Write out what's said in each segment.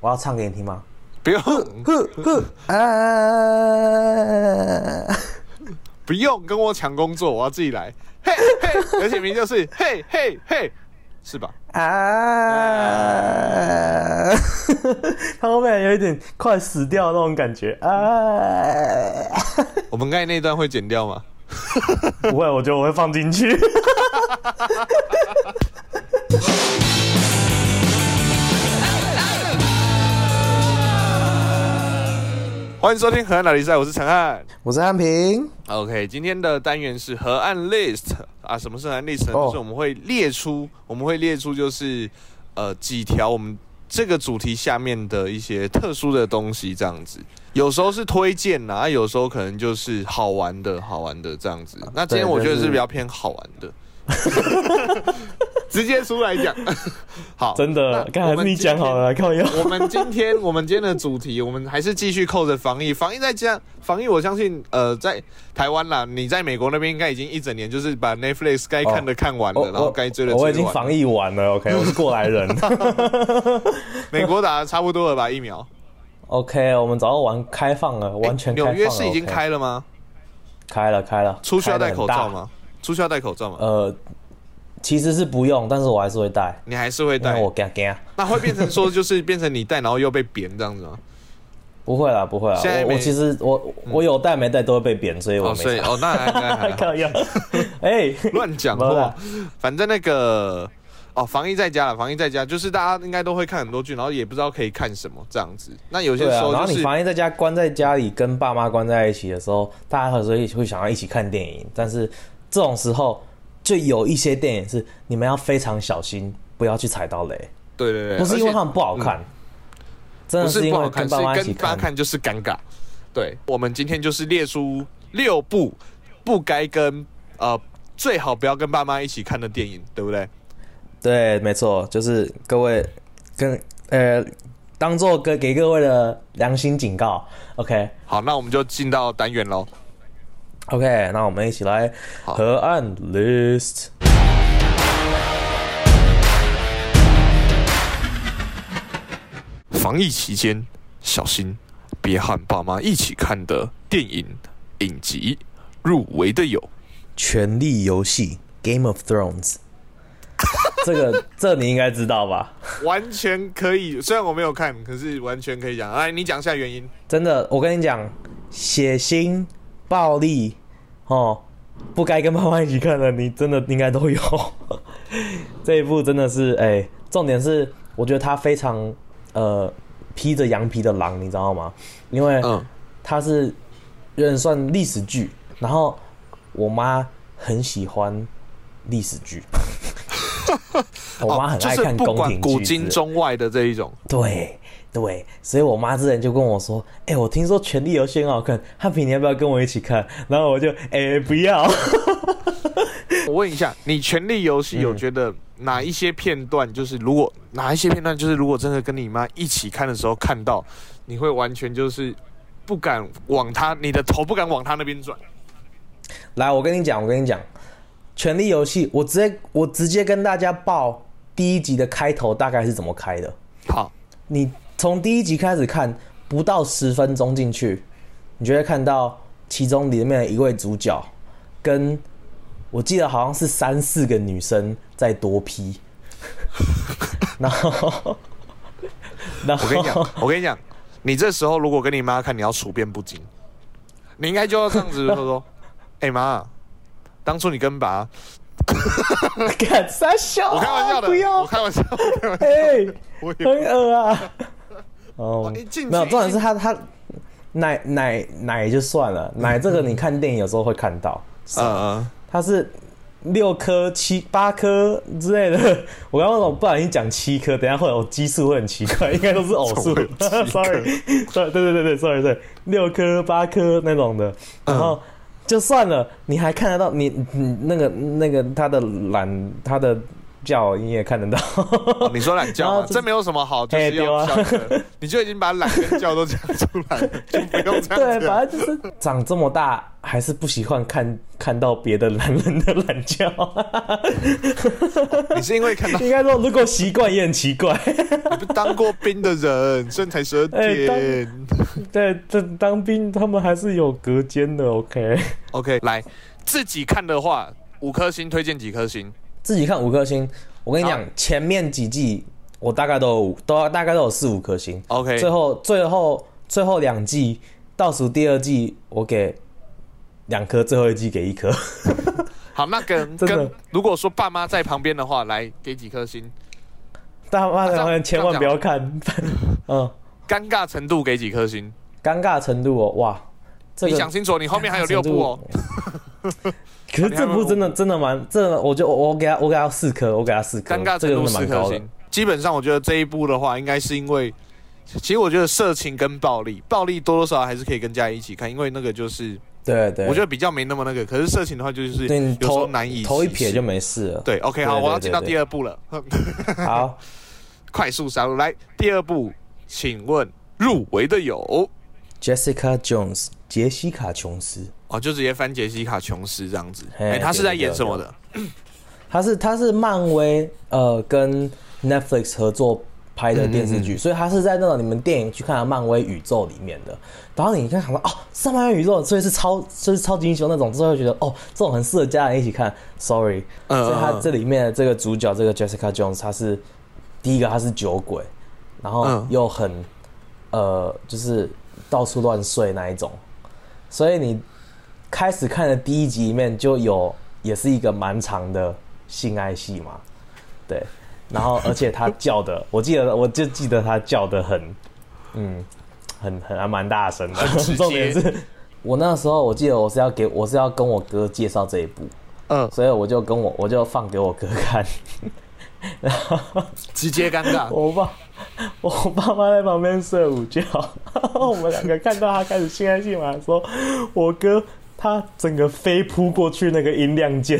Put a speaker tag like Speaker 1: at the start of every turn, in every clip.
Speaker 1: 我要唱给你听吗？
Speaker 2: 不用，
Speaker 1: 呵
Speaker 2: 嗯
Speaker 1: 呵啊！
Speaker 2: 不用跟我抢工作，我要自己来。嘿，嘿，而且名就是嘿嘿嘿，是吧？
Speaker 1: 啊！他后面有一点快死掉的那种感觉 啊！
Speaker 2: 我们刚才那段会剪掉吗？
Speaker 1: 不会，我觉得我会放进去。
Speaker 2: 欢迎收听河岸老比赛， 我是陈汉。
Speaker 1: 我是安平，
Speaker 2: OK，今天的单元是河岸 list 啊，什么是河岸 list 呢？
Speaker 1: 哦
Speaker 2: 就是我们会列出，我们会列出就是呃几条我们这个主题下面的一些特殊的东西，这样子。有时候是推荐呐、啊，有时候可能就是好玩的、好玩的这样子。那今天我觉啊得是比较偏好玩 的，直接出来讲。 好，
Speaker 1: 真的，
Speaker 2: 那
Speaker 1: 刚才
Speaker 2: 我
Speaker 1: 是
Speaker 2: 们
Speaker 1: 你讲好了 啦，靠腰。
Speaker 2: 我们今天 我们今天的主题，我们还是继续扣着防疫。防疫在家，防疫我相信，呃，在台湾啦，你在美国那边应该已经一整年，就是把 Netflix 该看的看完了，
Speaker 1: 我
Speaker 2: 然后该追的
Speaker 1: 我哦
Speaker 2: 追
Speaker 1: 我
Speaker 2: 完
Speaker 1: 已经
Speaker 2: 了
Speaker 1: 防疫完了，OK，我是过来人。
Speaker 2: 美国打的差不多了吧？疫苗，
Speaker 1: OK，我们早就完开放了，完全开
Speaker 2: 纽
Speaker 1: 放了。
Speaker 2: 约市已经
Speaker 1: OK
Speaker 2: 开了吗？
Speaker 1: 开了开了，
Speaker 2: 出去
Speaker 1: 开
Speaker 2: 要
Speaker 1: 得
Speaker 2: 戴
Speaker 1: 很
Speaker 2: 口罩
Speaker 1: 大？
Speaker 2: 吗？出去要戴口罩吗？
Speaker 1: 呃，其实是不用，但是我还是会戴，
Speaker 2: 你还是会
Speaker 1: 因为
Speaker 2: 戴
Speaker 1: 我？惊惊。
Speaker 2: 那会变成说，就是变成你戴，然后又被扁这样子吗？
Speaker 1: 不会啦，不会啦
Speaker 2: 现在。
Speaker 1: 我
Speaker 2: 没嗯
Speaker 1: 我其实我我有戴没戴都会被扁，所以我
Speaker 2: 哦，
Speaker 1: 没
Speaker 2: 所以
Speaker 1: 戴。
Speaker 2: 哦，那那那还 好。
Speaker 1: 靠腰，哎，
Speaker 2: 乱讲
Speaker 1: 没
Speaker 2: 话
Speaker 1: 啦。
Speaker 2: 反正那个哦，防疫在家了，防疫在家就是大家应该都会看很多剧，然后也不知道可以看什么这样子。那有些
Speaker 1: 对
Speaker 2: 时
Speaker 1: 啊，
Speaker 2: 候
Speaker 1: 然后
Speaker 2: 就
Speaker 1: 你
Speaker 2: 是、
Speaker 1: 防疫在家关在家里，跟爸妈关在一起的时候，大家还是会会想要一起看电影，但是这种时候就有一些电影是你们要非常小心，不要去踩到雷，
Speaker 2: 对对对，
Speaker 1: 不是因为
Speaker 2: 而且
Speaker 1: 他们不好看，真
Speaker 2: 不
Speaker 1: 的
Speaker 2: 是
Speaker 1: 因
Speaker 2: 不好
Speaker 1: 为
Speaker 2: 看，
Speaker 1: 跟
Speaker 2: 是
Speaker 1: 爸妈一起
Speaker 2: 跟爸看就是尴尬。对，我们今天就是列出六部不该跟呃最好不要跟爸妈一起看的电影，对不对？
Speaker 1: 对，没错，就是各位跟呃，当做给给各位的良心警告。OK
Speaker 2: 好，那我们就进到单元喽。
Speaker 1: OK，那我们一起来
Speaker 2: 好
Speaker 1: 河岸 list。
Speaker 2: 防疫期间，小心别和爸妈一起看的电影影集入围的有。
Speaker 1: 《权力游戏》（Game of Thrones）。这个 这你应该知道吧？
Speaker 2: 完全可以，虽然我没有看，可是完全可以讲。来，你讲一下原因。
Speaker 1: 真的，我跟你讲，血腥、暴力，哦，不该跟爸妈一起看的，你真的应该都有。 这一部真的是，哎、重点是，我觉得他非常呃，披着羊皮的狼，你知道吗？因为
Speaker 2: 嗯，
Speaker 1: 它是有点算历史剧，然后我妈很喜欢历史 剧，我妈很爱看
Speaker 2: 哦就是不
Speaker 1: 宫
Speaker 2: 管
Speaker 1: 廷剧之类的、
Speaker 2: 古今中外的这一种，
Speaker 1: 对对，所以我妈之前就跟我说：“哎、我听说《权力游戏》很好看，汉平你要不要跟我一起看？”然后我就：“哎、不 要。
Speaker 2: 我问一下，你《权力游戏》有觉得哪一些片段，就是如果哪一些片段，就是如果真的跟你妈一起看的时候看到，你会完全就是不敢往她，你的头不敢往她那边转。”
Speaker 1: 来，我跟你讲，我跟你讲，《权力游戏》，我直接我直接跟大家报第一集的开头大概是怎么开的。
Speaker 2: 好，
Speaker 1: 你从第一集开始看，不到十分钟进去，你就会看到其中里面的一位主角跟我记得好像是三四个女生在多 批，然后，然后
Speaker 2: 我跟你 讲，我跟你讲，你这时候如果跟你妈看，你要处变不惊，你应该就要这样子说说，哎、妈，当初你跟爸，
Speaker 1: 敢撒笑，
Speaker 2: 我开玩笑的，
Speaker 1: 哦不要
Speaker 2: 我，开玩 笑，我开玩笑。
Speaker 1: 哎，
Speaker 2: 我也
Speaker 1: 很恶 啊，哦
Speaker 2: 哇一进去
Speaker 1: 没有，
Speaker 2: 一
Speaker 1: 重点
Speaker 2: 进
Speaker 1: 是他他奶奶奶就算了，奶 这个你看电影有时候会看到，
Speaker 2: 呃，
Speaker 1: 它是六颗、七八颗之类的。 我刚刚为什么不小心讲七颗？等一下会有基数会很奇怪，应 该都是偶数
Speaker 2: 怎么会有。 七
Speaker 1: sorry，sorry，
Speaker 2: 颗
Speaker 1: 对对对对，sorry 对，六颗、八颗那种的，
Speaker 2: 嗯
Speaker 1: 然后。就算了，你还看得到你你那个那个他的懒他的觉你也看 得到。
Speaker 2: 哦你说懒觉
Speaker 1: 然
Speaker 2: 嘛
Speaker 1: 后，这
Speaker 2: 这没有什么好，就是
Speaker 1: 嘿对
Speaker 2: 要
Speaker 1: 啊
Speaker 2: 笑的。你就已经把懒跟觉都讲出 来了，就不用这样
Speaker 1: 对，
Speaker 2: 子了。
Speaker 1: 反正就是长这么大还是不习惯看看到别的男人的懒觉。
Speaker 2: 你是因为看到
Speaker 1: 应该说，如果习惯也很奇怪。
Speaker 2: 你不当过兵的人，所以才十二
Speaker 1: 哎当
Speaker 2: 点。
Speaker 1: 对，这当兵他们还是有隔间的。OK，
Speaker 2: OK，来自己看的话，五颗星推荐几颗星？
Speaker 1: 自己看五颗星，我跟你讲
Speaker 2: 好，
Speaker 1: 前面几季我大概都有五都大概都有四五颗星。
Speaker 2: OK
Speaker 1: 最后最后最后两季倒数第二季我给两颗，最后一季给一颗。
Speaker 2: 好，那跟
Speaker 1: 真的
Speaker 2: 跟如果说爸妈在旁边的话，来给几颗星？
Speaker 1: 大妈
Speaker 2: 这
Speaker 1: 的
Speaker 2: 样
Speaker 1: 千万不要看， 嗯，
Speaker 2: 尴尬程度给几颗星？
Speaker 1: 尴尬程度哦，哇，这
Speaker 2: 你
Speaker 1: 个
Speaker 2: 想清楚，你后面还有六部哦。
Speaker 1: 可是这部真的真的蛮，这我就我我给他我给他四颗，我给他四颗，
Speaker 2: 尴尬
Speaker 1: 这个
Speaker 2: 程
Speaker 1: 真
Speaker 2: 度
Speaker 1: 的
Speaker 2: 四
Speaker 1: 蛮
Speaker 2: 颗
Speaker 1: 高的
Speaker 2: 星。。基本上，我觉得这一部的话，应该是因为，其实我觉得色情跟暴力，暴力多多少少还是可以跟家人一起看，因为那个就是
Speaker 1: 对对，
Speaker 2: 我觉得比较没那么那个。可是色情的话，就是
Speaker 1: 对你
Speaker 2: 有时
Speaker 1: 头
Speaker 2: 候难以
Speaker 1: 头一
Speaker 2: 启
Speaker 1: 撇
Speaker 2: 齿
Speaker 1: 就没事了。
Speaker 2: 对。OK，好，
Speaker 1: 对对
Speaker 2: 我要进到
Speaker 1: 对对
Speaker 2: 第二部了，
Speaker 1: 好，
Speaker 2: 快速杀入来第二部，请问入围的有
Speaker 1: Jessica Jones，杰西卡琼斯，
Speaker 2: 哦，就直接翻杰西卡琼斯这样子。
Speaker 1: 嘿
Speaker 2: 哎、他是在
Speaker 1: 对对
Speaker 2: 演
Speaker 1: 对
Speaker 2: 什么的？
Speaker 1: 她是她是漫威呃跟 Netflix 合作拍的电视剧，所以她是在那种你们电影去看的漫威宇宙里面的。然后你看，想说哦，是漫威宇宙，所以是超就是超级英雄那种，之后就觉得哦，这种很适合家人一起看。Sorry，
Speaker 2: 嗯
Speaker 1: 所以他
Speaker 2: 嗯
Speaker 1: 这里面的这个主角，这个 Jessica Jones，她是第一个，她是酒鬼，然后
Speaker 2: 嗯
Speaker 1: 又很、呃，就是到处乱睡那一种。所以你开始看的第一集里面就有，也是一个蛮长的性爱戏嘛，对。然后而且他叫的， 我记得我就记得他叫的很，嗯，很很还蛮大声的
Speaker 2: 很直。接
Speaker 1: 重点是我那时候我记得我是要给我是要跟我哥介绍这一部，
Speaker 2: 嗯、
Speaker 1: 所以我就跟我我就放给我哥 看，然后
Speaker 2: 直接尴尬。
Speaker 1: 我爸我爸妈在旁边睡午觉，然 后我们两个看到他开始性爱戏码的时候，我哥他整个飞扑过去那个音量键，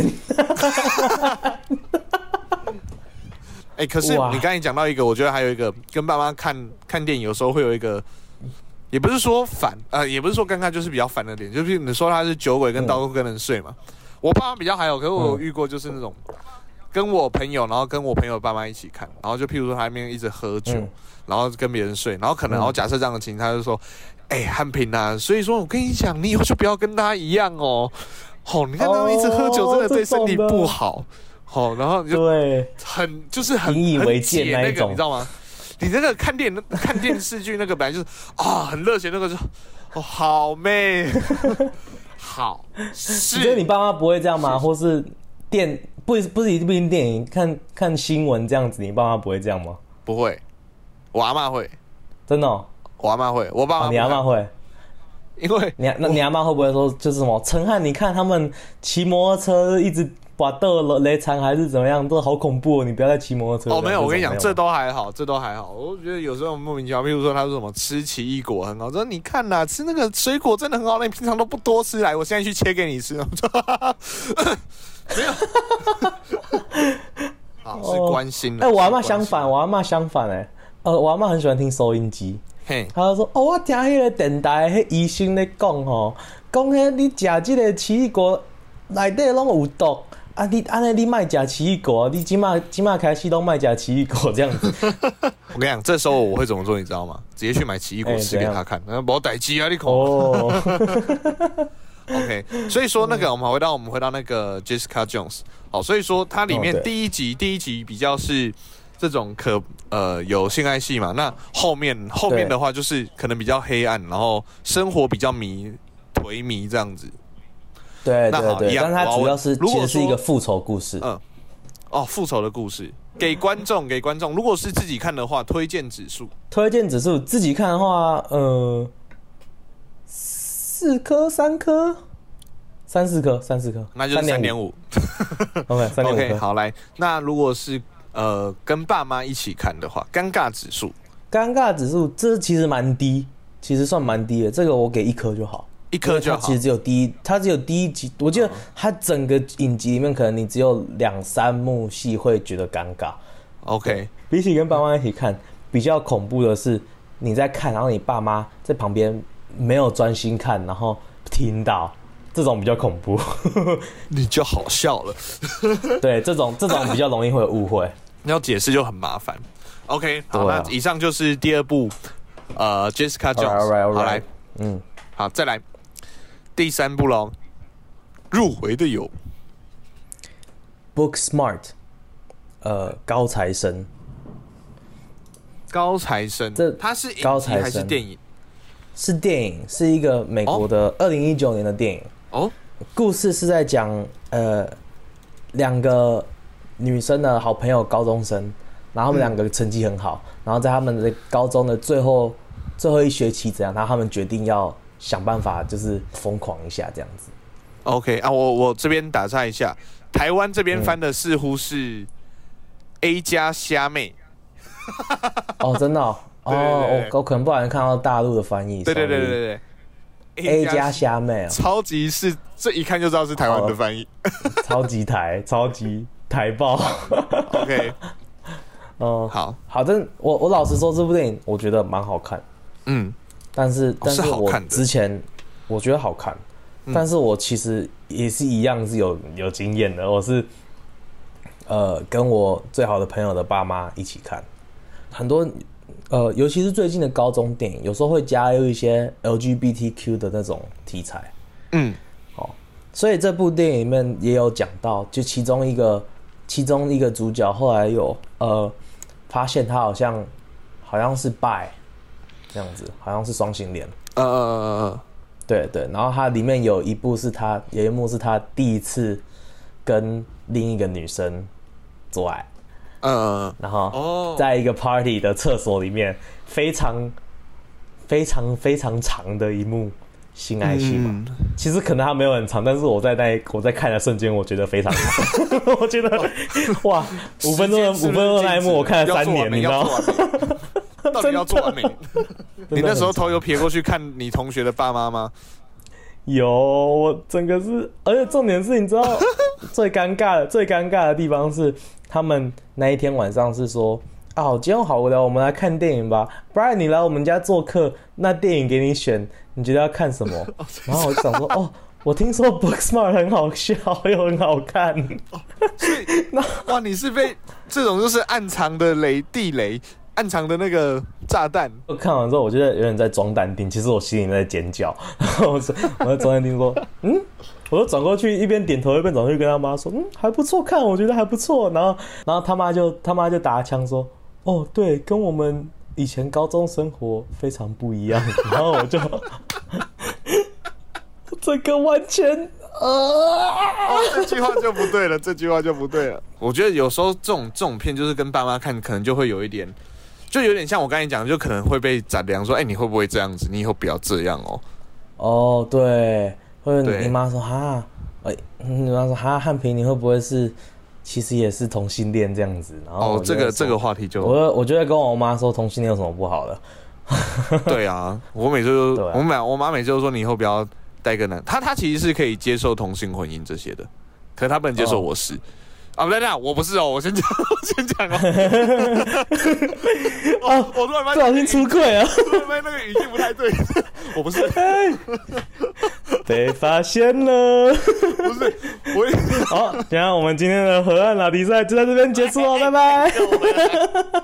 Speaker 2: 哎、可是
Speaker 1: 哇
Speaker 2: 你刚才讲到一个，我觉得还有一个跟爸妈看看电影，有时候会有一个，也不是说反，呃，也不是说尴尬，就是比较烦的点，就是你说他是酒鬼跟刀跟人睡嘛。我爸妈比较还好，可是我有遇过就是那种、跟我朋友，然后跟我朋友爸妈一起看，然后就譬如说他那边一直喝酒，
Speaker 1: 嗯
Speaker 2: 然后跟别人睡，然后可能然后假设这样的情况，他就说，哎、汉平啊，所以说我跟你讲，你以后就不要跟他一样哦。哦，你看他们一直喝酒，
Speaker 1: 哦
Speaker 2: 真的对身体
Speaker 1: 这种的
Speaker 2: 不好。哦，然后你就
Speaker 1: 对，
Speaker 2: 很就是很
Speaker 1: 引以为戒
Speaker 2: 很解
Speaker 1: 那一
Speaker 2: 那个，
Speaker 1: 种
Speaker 2: 你知道吗？你那个看 电看电视剧那个本来就是啊、很热血那个就哦好妹 好
Speaker 1: 你觉得
Speaker 2: 是
Speaker 1: 你爸妈不会这样吗？或是电不不是一定电影，看看新闻这样子，你爸妈不会这样吗？
Speaker 2: 不会，我阿妈会，
Speaker 1: 真的、哦
Speaker 2: 我阿妈会，我爸妈、
Speaker 1: 哦你阿妈，会，
Speaker 2: 因为
Speaker 1: 你那你阿妈会不会说就是什么陈汉？你看他们骑摩托车一直把豆了雷残还是怎么样，都好恐怖哦！你不要再骑摩托车了。
Speaker 2: 哦，没有，我跟你讲，
Speaker 1: 种
Speaker 2: 这都还好，这都还好。我觉得有时候莫名其妙，譬如说他说什么吃奇异果很好，说你看呐、吃那个水果真的很好，那你平常都不多吃来，我现在去切给你 吃。我说哈哈哈没有， 好是
Speaker 1: 哦
Speaker 2: 关心啦。
Speaker 1: 哎、我阿
Speaker 2: 是
Speaker 1: 妈
Speaker 2: 关心
Speaker 1: 相反，，我阿妈相反哎、呃，我阿妈很喜欢听收音机，
Speaker 2: 嘿，
Speaker 1: 她就说哦，我听迄个电台迄医生咧讲吼，讲迄你食即个奇异果内底拢有毒。啊你安尼你卖食奇异果，你即马即马开始拢卖食奇异果 这样子，
Speaker 2: 我跟你讲，这时候我会怎么做，你知道吗？直接去买奇异果
Speaker 1: 哎
Speaker 2: 吃
Speaker 1: 怎
Speaker 2: 给
Speaker 1: 样
Speaker 2: 他看，然后不要逮鸡啊，你恐。
Speaker 1: 哦，
Speaker 2: OK，所以说那个我们回到我们回到那个 Jessica Jones，好，所以说它里面
Speaker 1: 哦对
Speaker 2: 第一集、第一集比较是这种可呃有性爱戏嘛，那后面后面的话就是可能比较黑暗，然后生活比较迷颓迷这样子。
Speaker 1: 对
Speaker 2: 那
Speaker 1: 对
Speaker 2: 好一
Speaker 1: 对，
Speaker 2: 样
Speaker 1: 但它主要是
Speaker 2: 我要问如
Speaker 1: 其
Speaker 2: 果
Speaker 1: 实是一个
Speaker 2: 说
Speaker 1: 复仇故事，
Speaker 2: 嗯，哦，复仇的故事给观众给观众，如果是自己看的话，推荐指数
Speaker 1: 推荐指数自己看的话，呃，四颗、三颗、三四颗、三四颗，
Speaker 2: 那就是三点
Speaker 1: 五。
Speaker 2: 五。
Speaker 1: OK，三点
Speaker 2: OK，
Speaker 1: 五颗。
Speaker 2: 好来，那如果是呃跟爸妈一起看的话，尴尬指数
Speaker 1: 尴尬指数这其实蛮低，其实算蛮低的，这个我给一颗就好。
Speaker 2: 一颗就
Speaker 1: 它
Speaker 2: 好哦
Speaker 1: 其实。只有第一，它只有第一集，我记得它整个影集里面，可能你只有两三幕戏会觉得尴尬。
Speaker 2: OK，
Speaker 1: 比起跟爸妈一起看，比较恐怖的是你在看，然后你爸妈在旁边没有专心看，然后听到，这种比较恐 怖。
Speaker 2: 你就好笑了，
Speaker 1: 对，这种这种比较容易会有误会。
Speaker 2: 要解释就很麻烦。OK，好，
Speaker 1: 对啊
Speaker 2: 那以上就是第二部，呃，Jessica
Speaker 1: All right, all right, all
Speaker 2: Jones。
Speaker 1: right
Speaker 2: 好来，
Speaker 1: 嗯，
Speaker 2: 好，再来第三部喽，《入围的有》
Speaker 1: Book Smart，呃，高材生，
Speaker 2: 高材生，
Speaker 1: 这
Speaker 2: 他是影集
Speaker 1: 高材生
Speaker 2: 还是电影？
Speaker 1: 是电影，是一个美国的二零一九年的电影。
Speaker 2: 哦，
Speaker 1: 故事是在讲呃两个女生的好朋友高中生，然后他们两个成绩很好，然后在他们的高中的最后最后一学期怎样，然后他们决定要想办法就是疯狂一下这样 子。
Speaker 2: OK 啊，我我这边打岔一下，台湾这
Speaker 1: 嗯
Speaker 2: 边翻的似乎是 A 加虾妹，
Speaker 1: 哦，真的哦，
Speaker 2: 对对对
Speaker 1: 哦，我我可能不小心看到大陆的翻译，
Speaker 2: 对对对
Speaker 1: sorry
Speaker 2: 对对
Speaker 1: A 加虾 妹哦，
Speaker 2: 超级是，这一看就知道是台湾的翻译。
Speaker 1: 超级台，超级台爆，
Speaker 2: OK，
Speaker 1: 嗯，
Speaker 2: 好，
Speaker 1: 好，但我我老实说，这部电影我觉得蛮好看。
Speaker 2: 嗯，
Speaker 1: 但是，但
Speaker 2: 是好
Speaker 1: 我
Speaker 2: 看的嗯
Speaker 1: 之前我觉得好看，但是我其实也是一样是有有经验的。我是呃跟我最好的朋友的爸妈一起看，很多呃，尤其是最近的高中电影，有时候会加入一些 LGBTQ 的那种题材。哦
Speaker 2: 嗯，
Speaker 1: 所以这部电影里面也有讲到，就其中一个其中一个主角后来有呃发现他好像好像是 bi 这样子，好像是双性恋。
Speaker 2: 呃呃呃
Speaker 1: 对对，然后它里面有一部是他有一幕是他第一次跟另一个女生做爱，
Speaker 2: 呃呃，
Speaker 1: 然后
Speaker 2: 哦，
Speaker 1: 在一个 party 的厕所里面，非常非常非常长的一幕性爱戏嘛。
Speaker 2: 嗯，
Speaker 1: 其实可能它没有很长，但是我在那我在看的瞬间，我觉得非常 长，我觉得哇，五分钟的五分钟的那一幕，我看了三年，你知道吗？
Speaker 2: 吗？到底要做完没？你那时
Speaker 1: 真的很长
Speaker 2: 候头有撇过去看你同学的爸妈吗？
Speaker 1: 有，我整个是，而且重点是，你知道最尴尬的最尴尬的地方是，他们那一天晚上是说。啊，我今天好无聊，我们来看电影吧。不然你来我们家做客，那电影给你选，你觉得要看什么？然后我就想说，哦，我听说《Booksmart》很好笑，又很好看。
Speaker 2: 哇，你是被这种就是暗藏的雷地雷，暗藏的那个炸弹。
Speaker 1: 我看完之后，我觉得有点在装淡定，其实我心里面在尖叫。然后我说，我在装淡定说，嗯，我就转过去一边点头一边转过去跟他妈说，嗯，还不错看，我觉得还不错。然后，然后他妈就他妈就打枪说，哦，对，跟我们以前高中生活非常不一样。然后我就， 这个完全呃，
Speaker 2: 哦，这句话就不对了，这句话就不对了。我觉得有时候这种这种片就是跟爸妈看，可能就会有一点，就有点像我刚才讲的，就可能会被斩凉，说，哎、你会不会这样子？你以后不要这样哦。
Speaker 1: 哦，对，或者
Speaker 2: 对
Speaker 1: 你妈说哈，哎、你妈说哈，汉平，你会不会是其实也是同性恋这样子？然后
Speaker 2: 哦
Speaker 1: 我，就
Speaker 2: 这个
Speaker 1: 会
Speaker 2: 这
Speaker 1: 说
Speaker 2: 个话题就
Speaker 1: 我我就会跟我妈说同性恋有什么不好的？
Speaker 2: 对啊，我每次都，
Speaker 1: 对啊
Speaker 2: 我妈我妈每次都说你以后不要带个男，她她其实是可以接受同性婚姻这些的，可她不能接受
Speaker 1: 哦
Speaker 2: 我是。啊，不对，那我不是哦，我先讲， 我先 讲哦。
Speaker 1: 哦，
Speaker 2: 我突然发
Speaker 1: 不小心
Speaker 2: 现，
Speaker 1: 出柜了，
Speaker 2: 突然发现那个语境不太对， 我不是，
Speaker 1: 被发现了。
Speaker 2: 不是，我也。
Speaker 1: 好，然后我们今天的河岸拉迪赛就在这边结束 了，拜拜。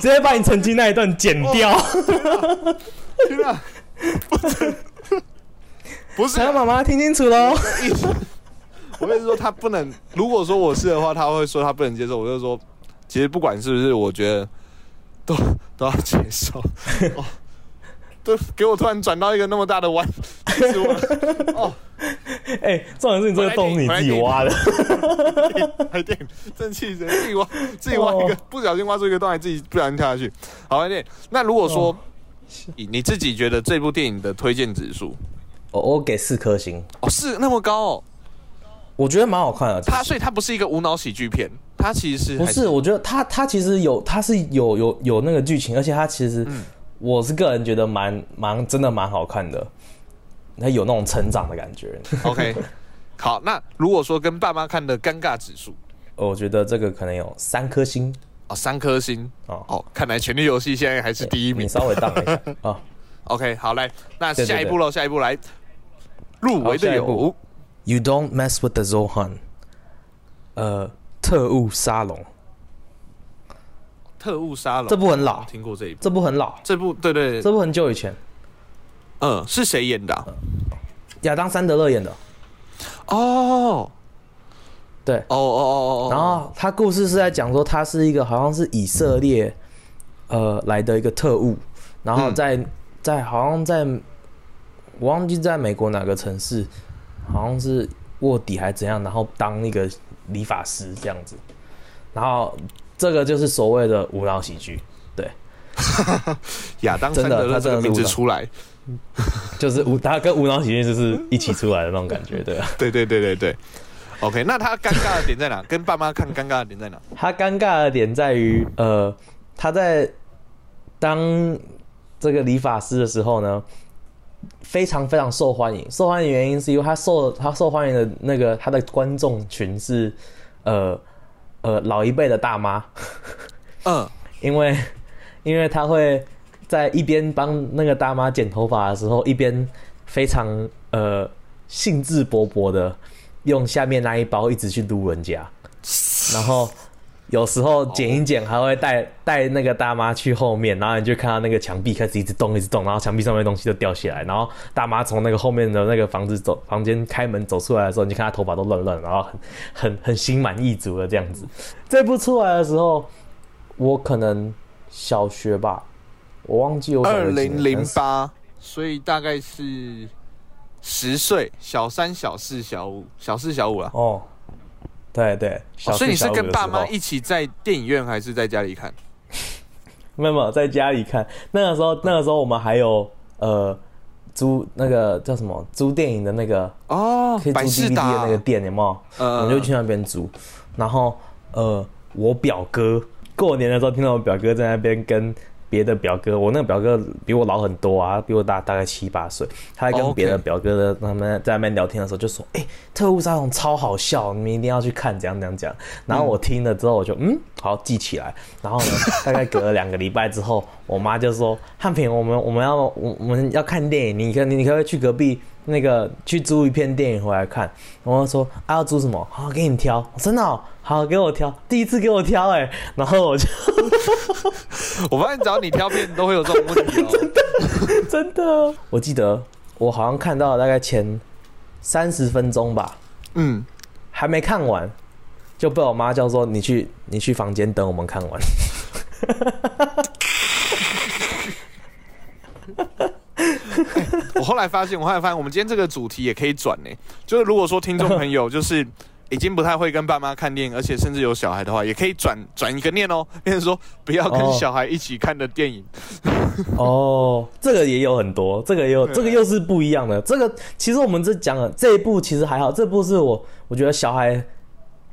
Speaker 1: 直接把你成绩那一段剪掉。
Speaker 2: 天啊！ 不是，
Speaker 1: 想要妈妈听清楚喽。
Speaker 2: 我跟你说，他不能。如果说我是的话，他会说他不能接受。我就说，其实不管是不是，我觉得都都要接 受。哦，对，给我突然转到一个那么大的弯，气死我了！哦，
Speaker 1: 哎、重点是你这个洞是你自己挖的。
Speaker 2: 还电，真气人！自己挖，自己挖一个，
Speaker 1: 哦
Speaker 2: 不小心挖出一个洞，还自己不小心跳下去。好，还电。那如果说、
Speaker 1: 哦
Speaker 2: 你你自己觉得这部电影的推荐指数，
Speaker 1: 我我给四颗星，
Speaker 2: 哦，是那么高哦。
Speaker 1: 我觉得蛮好看的。
Speaker 2: 它所以它不是一个无脑喜剧片，它其实
Speaker 1: 不
Speaker 2: 还嗯
Speaker 1: 是，我觉得他他其实有，他是有有有那个剧情，而且他其实我是个人觉得蛮蛮真的蛮好看的，它有那种成长的感觉。
Speaker 2: OK，好，那如果说跟爸妈看的尴尬指数
Speaker 1: 我觉得这个可能有三颗星
Speaker 2: 哦，三颗星
Speaker 1: 哦
Speaker 2: 哦，看来《权力游戏》现在还是第一名
Speaker 1: 你。稍微荡一 下啊。
Speaker 2: OK，好来，那
Speaker 1: 对对
Speaker 2: 下一步喽，下一步来，入围
Speaker 1: 好
Speaker 2: 的
Speaker 1: 下一步
Speaker 2: 有
Speaker 1: You don't mess with the Zohan，呃，特务沙龙
Speaker 2: 特务沙龙，
Speaker 1: 这部很老，
Speaker 2: 听过这一部，
Speaker 1: 这部很老，
Speaker 2: 这部对对，对
Speaker 1: 这部很久以前，
Speaker 2: 嗯，是谁演的啊？
Speaker 1: 亚当·山德勒演的。嗯
Speaker 2: 哦，
Speaker 1: 对
Speaker 2: 哦哦哦哦哦，
Speaker 1: 然后他故事是在讲说，他是一个好像是以色列呃来的一个特务，然后
Speaker 2: 嗯
Speaker 1: 在、在好像在我忘记在美国哪个城市，好像是卧底还怎样，然后当一个理发师这样子，然后这个就是所谓的无脑喜剧，
Speaker 2: 亚当·
Speaker 1: 真
Speaker 2: 山
Speaker 1: 的
Speaker 2: 德勒
Speaker 1: 他
Speaker 2: 这
Speaker 1: 真的
Speaker 2: 个名
Speaker 1: 录
Speaker 2: 字
Speaker 1: 了
Speaker 2: 出来，
Speaker 1: 就是无他跟无脑喜剧就是一起出来的那种感觉，对啊。
Speaker 2: 对对对对对。OK，那他尴尬的点在哪？跟爸妈看尴尬的点在哪？
Speaker 1: 他尴尬的点在于，呃，他在当这个理发师的时候呢，非常非常受欢迎。受欢迎的原因是因为他受他受欢迎的那个他的观众群是，呃呃老一辈的大妈，
Speaker 2: 嗯，
Speaker 1: 因为因为他会在一边帮那个大妈剪头发的时候，一边非常呃兴致勃勃的用下面那一包一直去撸人家，然后有时候剪
Speaker 2: 哦
Speaker 1: 一剪还会带带那个大妈去后面，然后你就看到那个墙壁开始一直动一直动，然后墙壁上面的东西就掉下来，然后大妈从那个后面的那个房子走房间开门走出来的时候，你就看她头发都乱乱，然后很很很心满意足的这样子。这部出来的时候，我可能小学吧，我忘记我小
Speaker 2: 二
Speaker 1: 学几
Speaker 2: 零
Speaker 1: 年
Speaker 2: 零八，所以大概是十岁，小三、小四、小五，小四、小五啊。
Speaker 1: 哦，对对，小
Speaker 2: 哦所以你
Speaker 1: 四
Speaker 2: 是
Speaker 1: 小五
Speaker 2: 跟
Speaker 1: 的
Speaker 2: 爸
Speaker 1: 时
Speaker 2: 妈
Speaker 1: 候
Speaker 2: 一起在电影院还是在家里看？
Speaker 1: 没有没有在家里看。那个时候，那个时候我们还有呃租那个叫什么租电影的那个
Speaker 2: 哦
Speaker 1: 可以租
Speaker 2: 百事
Speaker 1: DVD
Speaker 2: 达
Speaker 1: 的那个店，有没有？我
Speaker 2: 呃
Speaker 1: 们就去那边租。然后呃，我表哥过年的时候听到我表哥在那边跟别的表哥，我那个表哥比我老很多啊，比我大大概七八岁。他在
Speaker 2: 哦
Speaker 1: 跟
Speaker 2: ，OK
Speaker 1: 别的表哥的他们在那边聊天的时候就说：“哎、特务沙龙超好笑，你们一定要去看。”怎样怎样怎样。然后我听了之后我就嗯，好记起来。然后呢，大概隔了两个礼拜之后，我妈就说：“汉平，我们我们要我我们要看电影，你可你你可不可以去隔壁那个去租一片电影回来看？”然后说：“啊，要租什么？好，给你挑。哦真的、哦、好，给我挑，第一次给我挑哎、然后我就
Speaker 2: 我发现只要你挑片都会有这种问题 哦。
Speaker 1: 真的，我记得我好像看到了大概前三十分钟吧，
Speaker 2: 嗯，
Speaker 1: 还没看完，就被我妈叫说你去你去房间等我们看完。
Speaker 2: 我后来发现，我后来发现，我们今天这个主题也可以转呢、就是如果说听众朋友就是已经不太会跟爸妈看电影，而且甚至有小孩的话，也可以转转一个念哦，变成说不要跟
Speaker 1: 哦
Speaker 2: 小孩一起看的电影。
Speaker 1: 哦， 这个也有很多，这个也有，
Speaker 2: 对
Speaker 1: 这个又是不一样的。这个其实我们这讲了这一部其实还好，这部是我我觉得小孩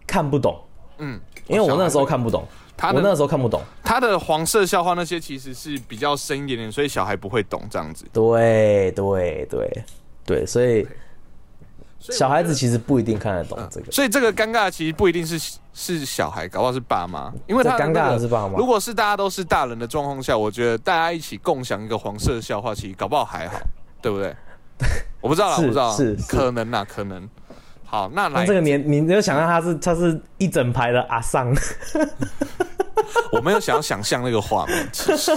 Speaker 1: 看不懂，
Speaker 2: 嗯，
Speaker 1: 因为我那时候看不懂，
Speaker 2: 他
Speaker 1: 我
Speaker 2: 的
Speaker 1: 啊那时候看不懂。
Speaker 2: 他的黄色笑话那些其实是比较深一点点，所以小孩不会懂这样子。
Speaker 1: 对对对对，啊所以
Speaker 2: 所以我
Speaker 1: 小孩
Speaker 2: 觉
Speaker 1: 子
Speaker 2: 得
Speaker 1: 其实不一定看得懂这个。
Speaker 2: 所以这个尴尬其实不一定是是小孩，搞不好是爸妈，因为
Speaker 1: 这
Speaker 2: 他
Speaker 1: 尴尬
Speaker 2: 那
Speaker 1: 的
Speaker 2: 个
Speaker 1: 是爸妈
Speaker 2: 如果是大家都是大人的状况下，我觉得大家一起共享一个黄色笑话，其实搞不好还好，对不 对？我不知道啦，
Speaker 1: 是
Speaker 2: 我不知道啦
Speaker 1: 是是，
Speaker 2: 可能啦，可能。好，那
Speaker 1: 那
Speaker 2: 来
Speaker 1: 这，个年，你就想象他是他是一整排的阿桑，
Speaker 2: 我没有想要想象那个画 面。其实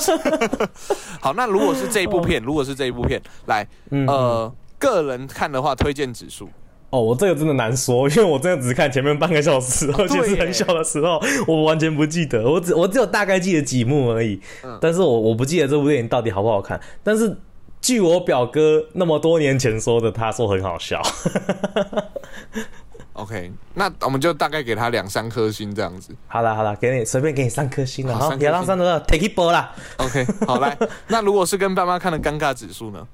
Speaker 2: 好，那如果是这一部片，如果是这一部片，来，
Speaker 1: 嗯
Speaker 2: 呃，个人看的话，推荐指数，
Speaker 1: 哦，我这个真的难说，因为我真的只看前面半个小时， 而且是
Speaker 2: 耶
Speaker 1: 很小的时候，我完全不记得，我只我只有大概记得几幕而已。但是我我不记得这部电影到底好不好看。但是据我表哥那么多年前说的，他说很好笑。
Speaker 2: OK，那我们就大概给他两三颗星这样子。
Speaker 1: 好啦好啦，给你随便给你三颗星了，
Speaker 2: 好
Speaker 1: 好，
Speaker 2: 三颗
Speaker 1: 你要让
Speaker 2: 星
Speaker 1: 三得到 take it 波啦。
Speaker 2: OK，好 来，那如果是跟爸妈看的尴尬指数呢？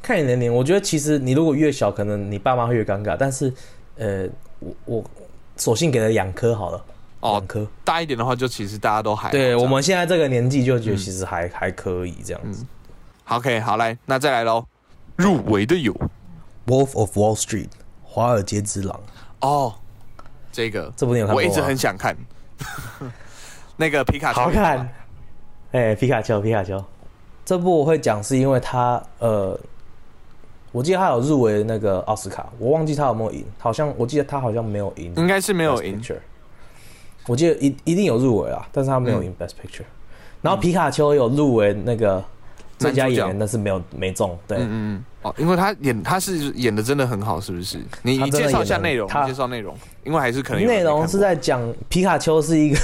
Speaker 1: 看你年龄，我觉得其实你如果越小，可能你爸妈会越尴尬，但是呃，我我索性给了两颗好了。
Speaker 2: 哦
Speaker 1: 两颗。
Speaker 2: 大一点的话，就其实大家都还好这
Speaker 1: 对
Speaker 2: 样
Speaker 1: 我们现在这嗯个年纪就觉得其实还、还可以这样子。
Speaker 2: 好 OK 好来，那再来喽。入围的有
Speaker 1: Wolf of Wall Street，华尔街之狼，
Speaker 2: 哦，这个
Speaker 1: 这部你有看过啊
Speaker 2: 我
Speaker 1: 吗？
Speaker 2: 一直很想看。 那个皮卡丘
Speaker 1: 好看。哎、皮卡丘，皮卡丘，这部我会讲是因为它呃，我记得它有入围那个奥斯卡，我忘记它有没有赢，好像我记得它好像没有赢，
Speaker 2: 应该是嗯没
Speaker 1: 没
Speaker 2: 有赢。
Speaker 1: 我记得一一定有入围啊，但是它没有赢 Best Picture。然后
Speaker 2: 嗯
Speaker 1: 皮卡丘有入围那个最佳演
Speaker 2: 男主
Speaker 1: 员，但是没有没中。对，
Speaker 2: 嗯嗯嗯，哦，因为他演他是演的真的很好，是不是？你
Speaker 1: 他
Speaker 2: 你
Speaker 1: 真的
Speaker 2: 介绍一下
Speaker 1: 演得
Speaker 2: 内容，
Speaker 1: 他
Speaker 2: 你介绍内容，因为还是可能有人
Speaker 1: 内
Speaker 2: 嗯没
Speaker 1: 容
Speaker 2: 看
Speaker 1: 是
Speaker 2: 过
Speaker 1: 在讲皮卡丘是一个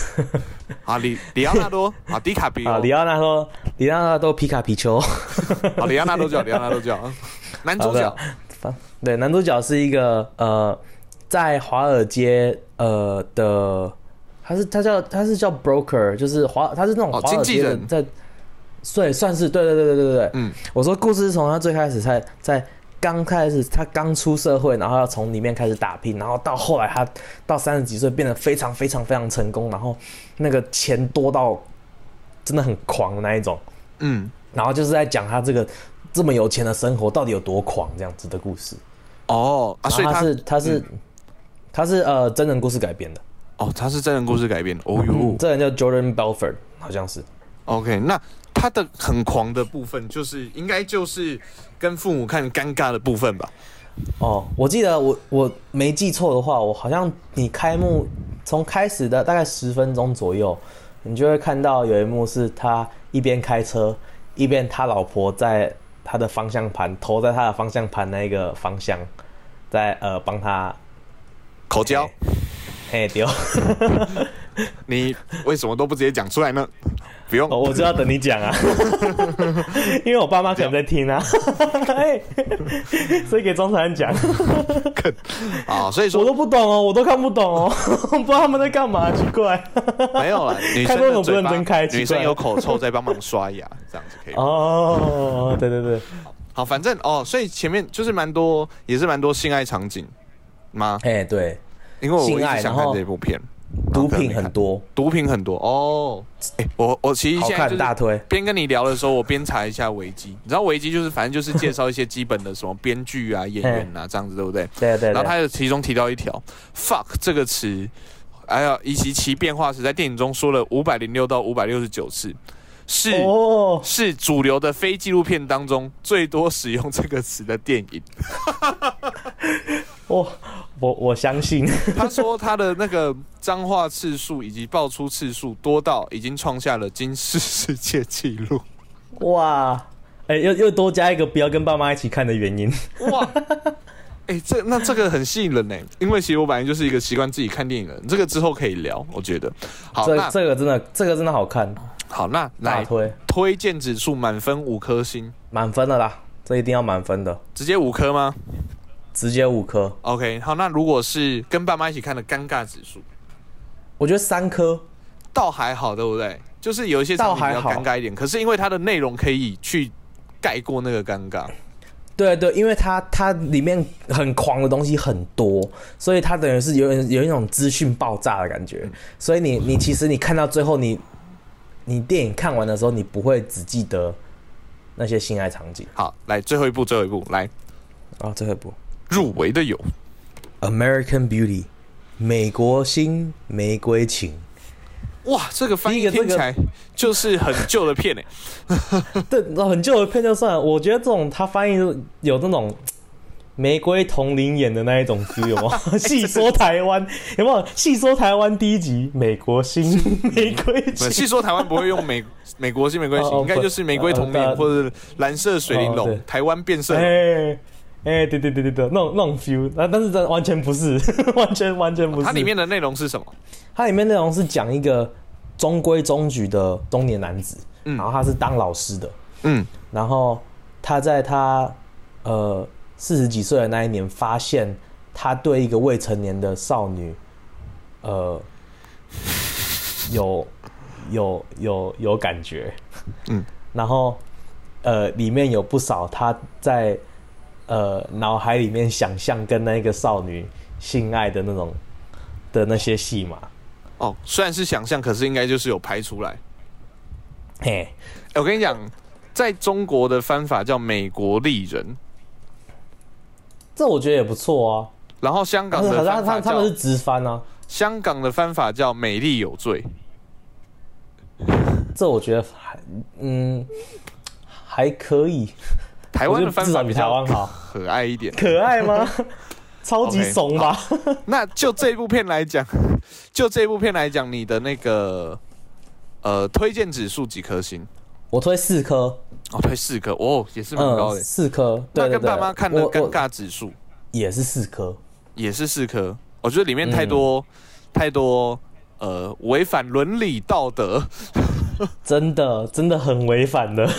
Speaker 2: 啊里里奥纳多啊迪卡 比
Speaker 1: 啊，
Speaker 2: 奥
Speaker 1: 里奥纳多，里奥纳多皮卡皮丘。
Speaker 2: 啊里奥纳多角里奥纳 多角男主
Speaker 1: 好的
Speaker 2: 角
Speaker 1: 对，男主角是一个呃，在华尔街呃的，他是他叫他是叫 broker，就是华他是那种
Speaker 2: 哦
Speaker 1: 华尔
Speaker 2: 经纪
Speaker 1: 街的
Speaker 2: 人
Speaker 1: 在，所以算是对对对对对对对，
Speaker 2: 嗯，
Speaker 1: 我说故事是从他最开始在在刚开始他刚出社会，然后要从里面开始打拼，然后到后来他到三十几岁变得非常非常非常成功，然后那个钱多到真的很狂的那一种，
Speaker 2: 嗯
Speaker 1: 然后就是在讲他这个这么有钱的生活到底有多狂这样子的故事。
Speaker 2: 哦啊，
Speaker 1: 啊
Speaker 2: 所以
Speaker 1: 他
Speaker 2: 他
Speaker 1: 是他是、他是呃真人故事改编的，
Speaker 2: 哦他是真人故事改编的，哦
Speaker 1: 嗯
Speaker 2: 哟，
Speaker 1: 这人叫 Jordan Belford，好像是
Speaker 2: OK，那他的很狂的部分，就是应该就是跟父母看尴尬的部分吧？
Speaker 1: 哦，我记得我我没记错的话，我好像你开幕从开始的大概十分钟左右，你就会看到有一幕是他一边开车，一边他老婆在他的方向盘头在他的方向盘那个方向，在呃帮他
Speaker 2: 口交，
Speaker 1: 嘿丢，
Speaker 2: 你为什么都不直接讲出 来呢？不用，
Speaker 1: 哦我知道等你讲 啊，因为我爸妈可能在听啊，嘿所以给中产讲。
Speaker 2: 啊、所以
Speaker 1: 我
Speaker 2: 说
Speaker 1: 都不懂哦，我都看不懂 哦，我不知道他们在干嘛，奇怪。
Speaker 2: 没有了。女
Speaker 1: 开
Speaker 2: 生
Speaker 1: 关怎么
Speaker 2: 的
Speaker 1: 不
Speaker 2: 嘴
Speaker 1: 认
Speaker 2: 巴
Speaker 1: 真开，奇
Speaker 2: 女生
Speaker 1: 怪
Speaker 2: 有口臭在帮忙刷牙，这样子可以吗。
Speaker 1: 哦，对对对，
Speaker 2: 好，反正哦，所以前面就是蛮多，也是蛮多性爱场景吗？
Speaker 1: 哎，对，
Speaker 2: 因为我一
Speaker 1: 性
Speaker 2: 直
Speaker 1: 爱然
Speaker 2: 想
Speaker 1: 后
Speaker 2: 看这部片，
Speaker 1: 毒品很多，
Speaker 2: 毒品很多哦。哎、我我其实
Speaker 1: 好
Speaker 2: 现在
Speaker 1: 看
Speaker 2: 就是
Speaker 1: 大推。
Speaker 2: 边跟你聊的时候，我边查一下维基。你知道维基就是反正就是介绍一些基本的什么编剧啊、演员啊这样子，对不对？
Speaker 1: 对对
Speaker 2: 然后他
Speaker 1: 对，
Speaker 2: 有其中提到一条 “fuck” 这个词，还有以及其变化时，在电影中说了五百零六到五百六十九次，是、
Speaker 1: 哦，
Speaker 2: 是主流的非纪录片当中最多使用这个词的电影。
Speaker 1: 我哦我我相信，
Speaker 2: 他说他的那个脏话次数以及爆出次数多到已经创下了金氏世界纪录。
Speaker 1: 哇，哎，又又多加一个不要跟爸妈一起看的原因。
Speaker 2: 哇！哎、这那这个很吸引人呢、因为其实我本来就是一个习惯自己看电影的人，这个之后可以聊，我觉得。好，
Speaker 1: 这
Speaker 2: 那
Speaker 1: 这个真的，这个真的好看，
Speaker 2: 好，那
Speaker 1: 大
Speaker 2: 来
Speaker 1: 推，
Speaker 2: 推荐指数满分五颗星，
Speaker 1: 满分的啦，这一定要满分的，
Speaker 2: 直接五颗吗
Speaker 1: 直接五颗，
Speaker 2: ？OK，好，那如果是跟爸妈一起看的尴尬指数，
Speaker 1: 我觉得三颗，
Speaker 2: 倒还好，对不对？就是有一些场景比较
Speaker 1: 倒还好
Speaker 2: 尴尬一点，可是因为它的内容可以去盖过那个尴尬。
Speaker 1: 对对，因为它它里面很狂的东西很多，所以它等于是有点有一种资讯爆炸的感觉。所以你你其实你看到最后你，你电影看完的时候，你不会只记得那些性爱场景
Speaker 2: 好，来最后一步，最后一步，来
Speaker 1: 啊。最后一部
Speaker 2: 入围的有
Speaker 1: 《American Beauty》，美国新玫瑰情。
Speaker 2: 哇，这个翻
Speaker 1: 第
Speaker 2: 译
Speaker 1: 一个这
Speaker 2: 听
Speaker 1: 个
Speaker 2: 起来就是很旧的片诶、欸
Speaker 1: 对，很旧的片就算了，我觉得这种他翻译有那种玫瑰同龄演的那一种 feel 有 吗？细说台湾有没有？细说台湾第一集，美国新 玫瑰
Speaker 2: 不
Speaker 1: 情。
Speaker 2: 是细说台湾不会 用美美国新玫瑰型，
Speaker 1: 哦哦
Speaker 2: 应该就是玫瑰同
Speaker 1: 不
Speaker 2: 名
Speaker 1: 呃
Speaker 2: 或者是蓝色水玲
Speaker 1: 哦
Speaker 2: 珑
Speaker 1: 对，
Speaker 2: 台湾变色
Speaker 1: 哎
Speaker 2: 龙。
Speaker 1: 哎、对对对对对，那种那种 feel，那、但是真的完全不是， 完全完全不是。
Speaker 2: 它里面的内容是什么？
Speaker 1: 它里面内容是讲一个中规中矩的中年男子，
Speaker 2: 嗯
Speaker 1: 然后他是当老师的，
Speaker 2: 嗯，
Speaker 1: 然后他在他呃四十几岁的那一年，发现他对一个未成年的少女，呃，有有有有感觉，
Speaker 2: 嗯，
Speaker 1: 然后呃里面有不少他在呃脑海里面想象跟那个少女性爱的那种的那些戏码，
Speaker 2: 哦，虽然是想象，可是应该就是有拍出来。
Speaker 1: 嘿，
Speaker 2: 哎我跟你讲，在中国的翻法叫美国丽人，
Speaker 1: 这我觉得也不错啊。
Speaker 2: 然后香港
Speaker 1: 可是
Speaker 2: 的
Speaker 1: 他
Speaker 2: 翻
Speaker 1: 他
Speaker 2: 法
Speaker 1: 他们
Speaker 2: 叫
Speaker 1: 是直翻啊，
Speaker 2: 香港的翻法叫美丽有罪。
Speaker 1: 这我觉得还嗯还可以，
Speaker 2: 台湾
Speaker 1: 我觉
Speaker 2: 的
Speaker 1: 得
Speaker 2: 翻
Speaker 1: 至
Speaker 2: 法
Speaker 1: 少比
Speaker 2: 比
Speaker 1: 台
Speaker 2: 较
Speaker 1: 湾好
Speaker 2: 可爱一点。
Speaker 1: 可爱 吗？超级
Speaker 2: OK，
Speaker 1: 怂吧？
Speaker 2: 那就这部片来讲， 就这部片来讲，你的那个呃推荐指数几颗星？
Speaker 1: 我推四颗，
Speaker 2: 哦，推四颗，哦，也是蛮高
Speaker 1: 嗯，
Speaker 2: 的。
Speaker 1: 四颗，对
Speaker 2: 那
Speaker 1: 对
Speaker 2: 跟
Speaker 1: 对，
Speaker 2: 爸妈看的
Speaker 1: 我我
Speaker 2: 尴尬指数
Speaker 1: 也是四颗，
Speaker 2: 也是四颗，我觉得里面
Speaker 1: 嗯
Speaker 2: 太多、太多呃违反伦理道德
Speaker 1: 真的真的很违反 的。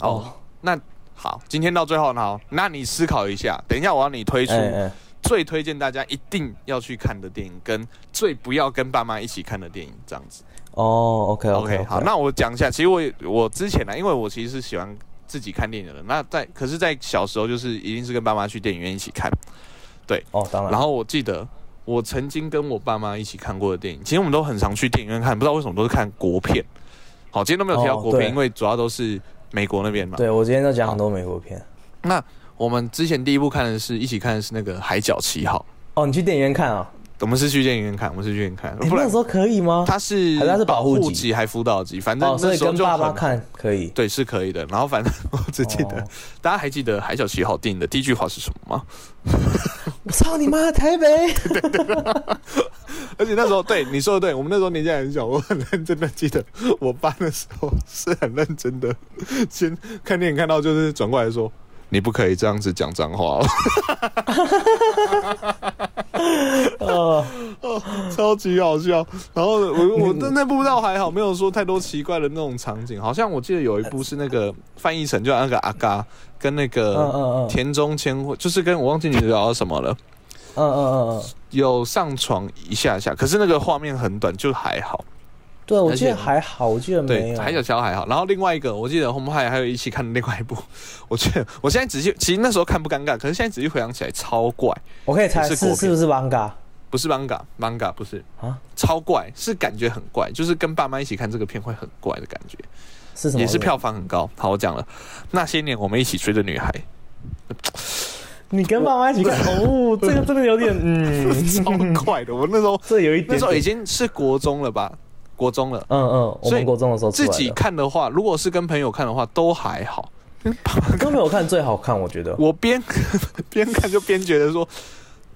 Speaker 2: 哦。那好，今天到最后呢，好那你思考一下，等一下我让你推出
Speaker 1: 哎哎，
Speaker 2: 最推荐大家一定要去看的电影，跟最不要跟爸妈一起看的电影，这样子。
Speaker 1: 哦，OK
Speaker 2: OK，
Speaker 1: OK，
Speaker 2: 好，那我讲一下，其实我也我之前呢，因为我其实是喜欢自己看电影的人，那在可是，在小时候就是一定是跟爸妈去电影院一起看，
Speaker 1: 哦，当然
Speaker 2: 然，后我记得我曾经跟我爸妈一起看过的电影，其实我们都很常去电影院看，不知道为什么都是看国片。好，今天都没有提到
Speaker 1: 哦
Speaker 2: 国片，
Speaker 1: 对
Speaker 2: 因为主要都是美国那边嘛。
Speaker 1: 对我今天在讲很多美国片。
Speaker 2: 那我们之前第一部看的是一起看的是那个《海角七号》，
Speaker 1: 哦，你去电影院看啊？
Speaker 2: 我们是去电影院看，我们是去电影院看，
Speaker 1: 你
Speaker 2: 不
Speaker 1: 那
Speaker 2: 然
Speaker 1: 时候可以吗？
Speaker 2: 它是
Speaker 1: 还是它是保护级
Speaker 2: 级还辅导级，反正
Speaker 1: 哦，所
Speaker 2: 那
Speaker 1: 以
Speaker 2: 时候
Speaker 1: 跟
Speaker 2: 就
Speaker 1: 爸妈
Speaker 2: 很
Speaker 1: 看可以。
Speaker 2: 对，是可以的。然后反正 我只记得，
Speaker 1: 哦
Speaker 2: 大家还记得《海角七号》电影的第一句话是什么吗？
Speaker 1: 我操你妈，台北！
Speaker 2: 而且那时候，对你说的对，我们那时候年纪还很小，我很认真的记得，我爸那时候是很认真的，先看电影看到就是转过来说。你不可以这样子讲 脏话哦，
Speaker 1: 呃，
Speaker 2: 超级好笑。然后我我那那部倒还好，没有说太多奇怪的那种场景。好像我记得有一部是那个翻译成就那个阿嘎跟那
Speaker 1: 嗯嗯
Speaker 2: 个
Speaker 1: 嗯，
Speaker 2: 田中千惠，就是跟我忘记你聊到什么了。
Speaker 1: 嗯嗯嗯嗯，
Speaker 2: 有上床一下下，可是那个画面很短，就还好。
Speaker 1: 对，我记
Speaker 2: 而
Speaker 1: 得
Speaker 2: 且
Speaker 1: 还好，我记得没
Speaker 2: 对，
Speaker 1: 有。
Speaker 2: 海角七号还好。然后另外一个，我记得我们还还有一起看另外一部， 我觉得我现在仔细，其实那时候看不尴尬，可是现在仔细回想起来超怪，
Speaker 1: 我可以猜
Speaker 2: 也是国
Speaker 1: 是是不
Speaker 2: 片
Speaker 1: 是 manga？
Speaker 2: 不是 manga manga 不是
Speaker 1: 啊，
Speaker 2: 超怪，是感觉很怪，就是跟爸妈一起看这个片会很怪的感觉，
Speaker 1: 是什么？
Speaker 2: 也是票房很高。好，我讲了，那些年我们一起追的 女孩，
Speaker 1: 你跟爸妈一起 看，哦，这个真的有点，嗯，
Speaker 2: 超怪的。我那时候
Speaker 1: 这有一
Speaker 2: 那
Speaker 1: 点
Speaker 2: 时候已
Speaker 1: 点。
Speaker 2: 经是国中了吧，国中了。
Speaker 1: 嗯嗯，我
Speaker 2: 所以
Speaker 1: 们国中的时候出
Speaker 2: 自
Speaker 1: 来的
Speaker 2: 己看的话，如果是跟朋友看的话，都还好。
Speaker 1: 都没有看最好看，我觉得。
Speaker 2: 我边 边看就边觉得说，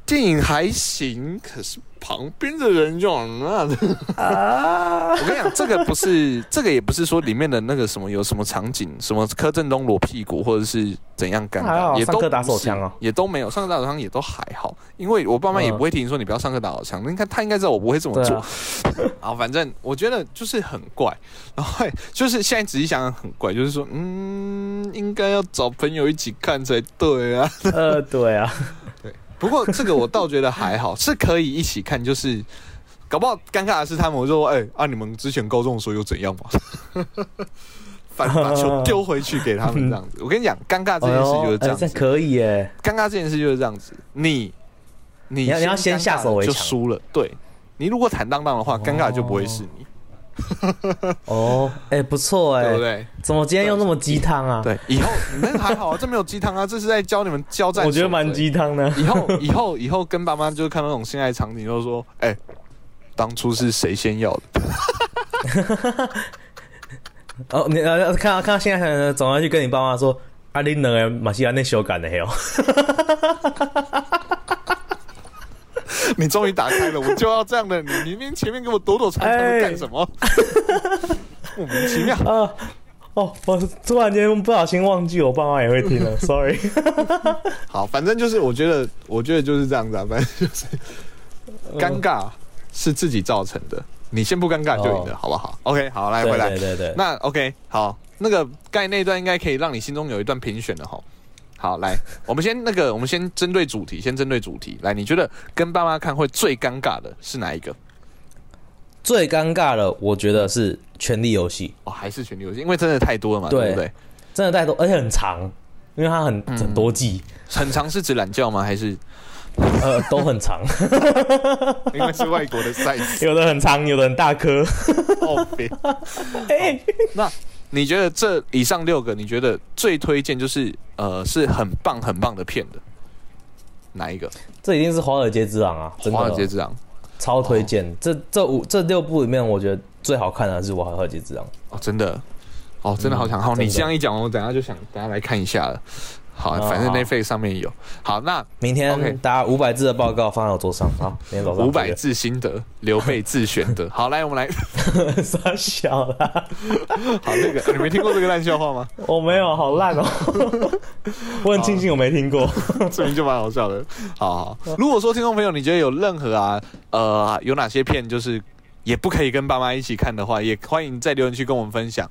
Speaker 2: 电影还行，可是旁边的人就那……
Speaker 1: 啊，
Speaker 2: 我跟你讲，这个不 是，这个也不是说里面的那个什么有什么场景，什么柯震东裸屁股或者是怎样尴
Speaker 1: 还
Speaker 2: 尬，
Speaker 1: 好
Speaker 2: 也都
Speaker 1: 上课打
Speaker 2: 不
Speaker 1: 手
Speaker 2: 是
Speaker 1: 枪哦
Speaker 2: 也都没有上课打手枪也都还好，因为我爸妈也
Speaker 1: 嗯
Speaker 2: 不会提醒说你不要上课打手枪，应该他应该知道我不会这么
Speaker 1: 对
Speaker 2: 做
Speaker 1: 啊，
Speaker 2: 啊，反正我觉得就是很怪，然后就是现在仔细想想很怪，就是说嗯，应该要找朋友一起看才对啊。
Speaker 1: 呃，对 啊，
Speaker 2: 不过这个我倒觉得还好， 是可以一起看，就是搞不好尴尬的是他们，我就说哎、啊，你们之前高中的时候又怎样嘛？ 反把球丢回去给他们这样子。我跟你讲，尴尬这件事就是这
Speaker 1: 哎
Speaker 2: 样
Speaker 1: 这
Speaker 2: 子，
Speaker 1: 可以耶。
Speaker 2: 尴尬这件事就是这样子。你你
Speaker 1: 你要你要先
Speaker 2: 尴尬
Speaker 1: 下手为
Speaker 2: 就
Speaker 1: 强
Speaker 2: 输了。对你如果坦荡荡的话，尴尬就不会是你，
Speaker 1: 哦，哎，不错
Speaker 2: 对不
Speaker 1: 哎，
Speaker 2: 对？
Speaker 1: 怎么今天又那么鸡汤啊？
Speaker 2: 对，以后 你们还好啊，这没有鸡汤啊，这是在教你们交战。
Speaker 1: 我觉得蛮鸡汤的。
Speaker 2: 以后以后以后跟爸妈就是看到那种性爱场景，就说：“哎、当初是谁先要的
Speaker 1: 哦，你呃看到看到现在呃总要去跟你爸妈说，啊，你两个马西亚那修改的嘿 哦，？”
Speaker 2: 你终于打开了，我就要这样的。你明明前面给我躲躲藏藏的
Speaker 1: 哎
Speaker 2: 干什么？莫名其妙。
Speaker 1: 啊，哦，我突然间不小心忘记，我爸妈也会听了，sorry。
Speaker 2: 好，反正就是我觉得，我觉得就是这样子啊。反正就是尴尬是自己造成的，你先不尴尬就赢了，好不好？OK，好，来
Speaker 1: 对
Speaker 2: 回来。
Speaker 1: 对对对，
Speaker 2: 那 OK，好，那个盖那一段应该可以让你心中有一段评选的哈。好，来，我们先那个，我们先针对主题，先针对主题。来，你觉得跟爸妈看会最尴尬的是哪一个？
Speaker 1: 最尴尬的，我觉得是《权力游戏
Speaker 2: 哦，还是权力游戏，因为真的太多了嘛，对
Speaker 1: 对
Speaker 2: 不对？》，嗯
Speaker 1: 真的太多，而且很长，因为它很很多季。
Speaker 2: 很长是指懒觉吗？还是
Speaker 1: 呃，都很长，
Speaker 2: 因为是外国的赛事。
Speaker 1: 有的很长，有的很大颗。
Speaker 2: 靠 北
Speaker 1: 哎、
Speaker 2: 那你觉得这以上六个，你觉得最推荐就是呃是很棒很棒的片的哪一个？
Speaker 1: 这一定是《华尔街之狼》啊，真
Speaker 2: 华尔街
Speaker 1: 的
Speaker 2: 之狼
Speaker 1: 超推荐。这这五这六部里面，我觉得最好看的是《华尔街之狼》。
Speaker 2: 哦，真的哦，真的好想、好，
Speaker 1: 真
Speaker 2: 你
Speaker 1: 的
Speaker 2: 这样一讲，我等一下就想大家来看一下了。好，
Speaker 1: 哦
Speaker 2: 反正
Speaker 1: 好
Speaker 2: Netflix 上面有。好，那
Speaker 1: 明天
Speaker 2: OK
Speaker 1: 大家五百字的报告放在我桌上，好，明天早上
Speaker 2: 五百
Speaker 1: 记得
Speaker 2: 字心得，刘备自选 的。好，来我们来，
Speaker 1: 傻小啦，
Speaker 2: 好这个 你没听过这个烂笑话吗？
Speaker 1: 我没有，好烂哦、 我很庆幸我没听过。
Speaker 2: 这名就蛮好笑的。好好，如果说听众朋友你觉得有任何啊呃有哪些片就是也不可以跟爸妈一起看的话，也欢迎在留言区跟我们分享。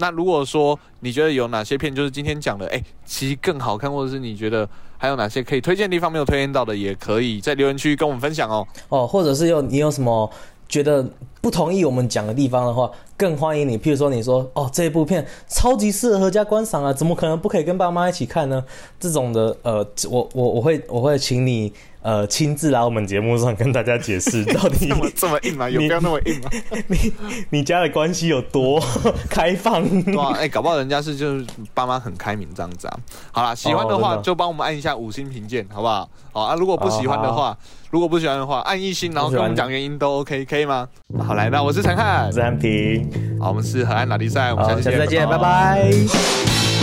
Speaker 2: 那如果说你觉得有哪些片就是今天讲的，哎、其实更好看，或者是你觉得还有哪些可以推荐的地方没有推荐到的，也可以在留言区跟我们分享哦。
Speaker 1: 哦，或者是有你有什么觉得不同意我们讲的地方的话，更欢迎你。譬如说，你说哦，这部片超级适合合家观赏啊，怎么可能不可以跟爸妈一起看呢？这种的，呃，我我我会我会请你呃亲自来我们节目上跟大家解 释到底
Speaker 2: 这么这么硬吗？有必要那么硬吗？
Speaker 1: 你你家的关系有多开 放。
Speaker 2: 对啊，哎、搞不好人家是就是爸妈很开明这样子啊。好啦，喜欢的
Speaker 1: 哦
Speaker 2: 话
Speaker 1: 真的哦
Speaker 2: 就帮我们按一下五星评鉴，好不好？好啊，如果不喜欢的
Speaker 1: 好
Speaker 2: 话，如果不喜欢的话，按一星，然后
Speaker 1: 不喜
Speaker 2: 跟我
Speaker 1: 欢
Speaker 2: 们讲原因都 OK，可以吗？好，来，那我是陈汉
Speaker 1: 我，是安平，
Speaker 2: 好，我们是河岸拉力赛，我们
Speaker 1: 好，
Speaker 2: 下次
Speaker 1: 下次
Speaker 2: 见，
Speaker 1: 再见，
Speaker 2: 拜
Speaker 1: 拜拜